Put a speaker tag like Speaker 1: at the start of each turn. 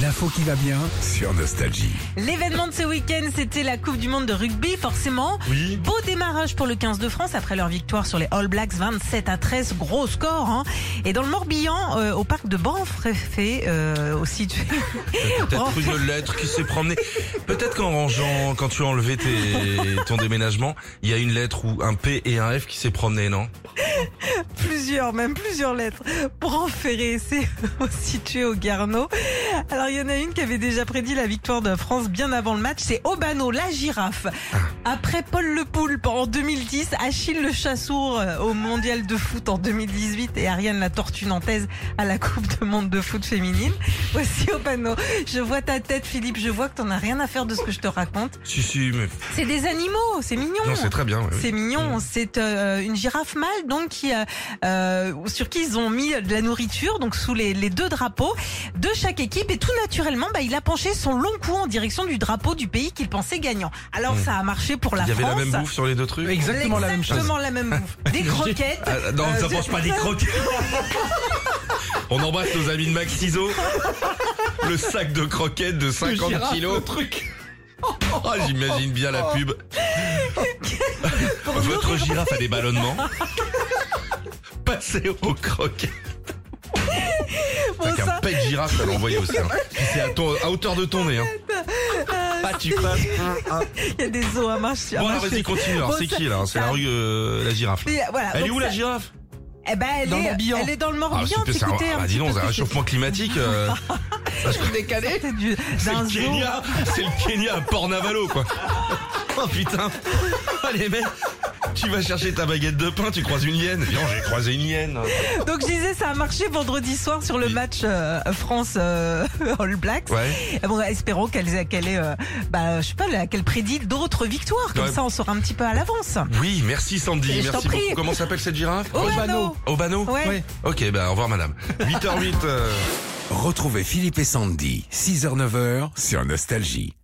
Speaker 1: L'info qui va bien.
Speaker 2: sur Nostalgie.
Speaker 3: L'événement de ce week-end, c'était la Coupe du Monde de rugby, forcément.
Speaker 4: Oui.
Speaker 3: Beau démarrage pour le 15 de France après leur victoire sur les All Blacks 27 à 13, gros score. hein. Et dans le Morbihan, euh, au parc de Banff-Réfé, euh, au situé.
Speaker 4: Peut-être une lettre qui s'est promenée. Peut-être qu'en rangeant, quand tu as enlevé tes, ton déménagement, il y a une lettre ou un P et un F qui s'est promené, non
Speaker 3: plusieurs, même plusieurs lettres pour en ferrer. C'est situé au Garneau. Alors il y en a une qui avait déjà prédit la victoire de la France bien avant le match. C'est Obano, la girafe.
Speaker 4: Ah.
Speaker 3: Après Paul Le Poulpe en 2010, Achille Le Chassour euh, au Mondial de foot en 2018 et Ariane la Tortue Nantaise à la Coupe du Monde de foot féminine. Voici Obano. Je vois ta tête, Philippe. Je vois que t'en as rien à faire de ce que je te raconte.
Speaker 4: Si, si, mais
Speaker 3: C'est des animaux. C'est mignon.
Speaker 4: non, c'est très bien. ouais, Bah oui.
Speaker 3: Ah. C'est mignon, c'est euh, une girafe mâle donc qui euh, euh, sur qui ils ont mis de la nourriture donc sous les, les deux drapeaux de chaque équipe et tout naturellement bah, il a penché son long cou en direction du drapeau du pays qu'il pensait gagnant. Alors
Speaker 4: Mm.
Speaker 3: ça a marché pour la
Speaker 4: Il y avait
Speaker 3: France.
Speaker 4: la même bouffe sur les deux trucs
Speaker 1: Exactement la même chose.
Speaker 3: Exactement la même bouffe. Des croquettes.
Speaker 4: Ah, non,
Speaker 3: Euh,
Speaker 4: ça
Speaker 3: je-
Speaker 4: mange pas des croquettes. On embrasse nos amis de Max Ciseaux. Le sac de croquettes de 50 kilos. truc. J'imagine bien la pub.
Speaker 3: Pour
Speaker 4: Votre
Speaker 3: nourrir-
Speaker 4: girafe a des ballonnements. Passez aux croquettes.
Speaker 3: pour
Speaker 4: Avec
Speaker 3: ça.
Speaker 4: un pet de girafe à l'envoyer aussi. hein. C'est à, ton- à hauteur de ton nez. Hein. Pas tu passes.
Speaker 3: Il y a des os à marcher. à
Speaker 4: Bon,
Speaker 3: marcher.
Speaker 4: alors, Ah bah, vas-y, continue. Alors,
Speaker 3: Bon,
Speaker 4: c'est
Speaker 3: ça-
Speaker 4: qui là C'est la
Speaker 3: ça-
Speaker 4: rue euh, la girafe.
Speaker 3: Mais, voilà,
Speaker 4: Elle est
Speaker 3: donc
Speaker 4: où
Speaker 3: ça-
Speaker 4: la girafe
Speaker 3: Eh ben, elle,
Speaker 1: Dans le
Speaker 3: est,
Speaker 1: Morbihan.
Speaker 3: elle est dans le
Speaker 4: Ah,
Speaker 3: Morbihan.
Speaker 4: c'est- c'est un-
Speaker 3: t'écoutez un
Speaker 4: ah,
Speaker 3: petit
Speaker 4: dis donc,
Speaker 3: peu
Speaker 4: c'est un
Speaker 3: ce que
Speaker 4: réchauffement climatique. euh,
Speaker 3: c'est. Sortez du-
Speaker 4: C'est
Speaker 3: d'un
Speaker 4: le
Speaker 3: zoo.
Speaker 4: Kenya, c'est le Kenya à Port Navalo, quoi. Oh putain. Oh, les mecs, tu vas chercher ta baguette de pain, tu croises une hyène. Non, j'ai croisé une hyène.
Speaker 3: Donc je disais, ça a marché vendredi soir sur le
Speaker 4: Oui.
Speaker 3: match euh, France euh, All Blacks.
Speaker 4: Ouais.
Speaker 3: Et Bon, espérons qu'elle qu'elle ait, euh, bah, je sais pas, là, qu'elle prédit d'autres victoires. Comme
Speaker 4: Ouais.
Speaker 3: ça, on saura un petit peu à l'avance.
Speaker 4: Oui, merci Sandy.
Speaker 3: Je t'en
Speaker 4: merci
Speaker 3: prie.
Speaker 4: beaucoup. Comment s'appelle cette girafe
Speaker 3: Obano.
Speaker 4: Obano
Speaker 3: Ouais.
Speaker 1: Ouais.
Speaker 4: Ok, bah au revoir madame. 8h08. euh,
Speaker 2: Retrouvez Philippe et Sandy, 6h-9h sur Nostalgie.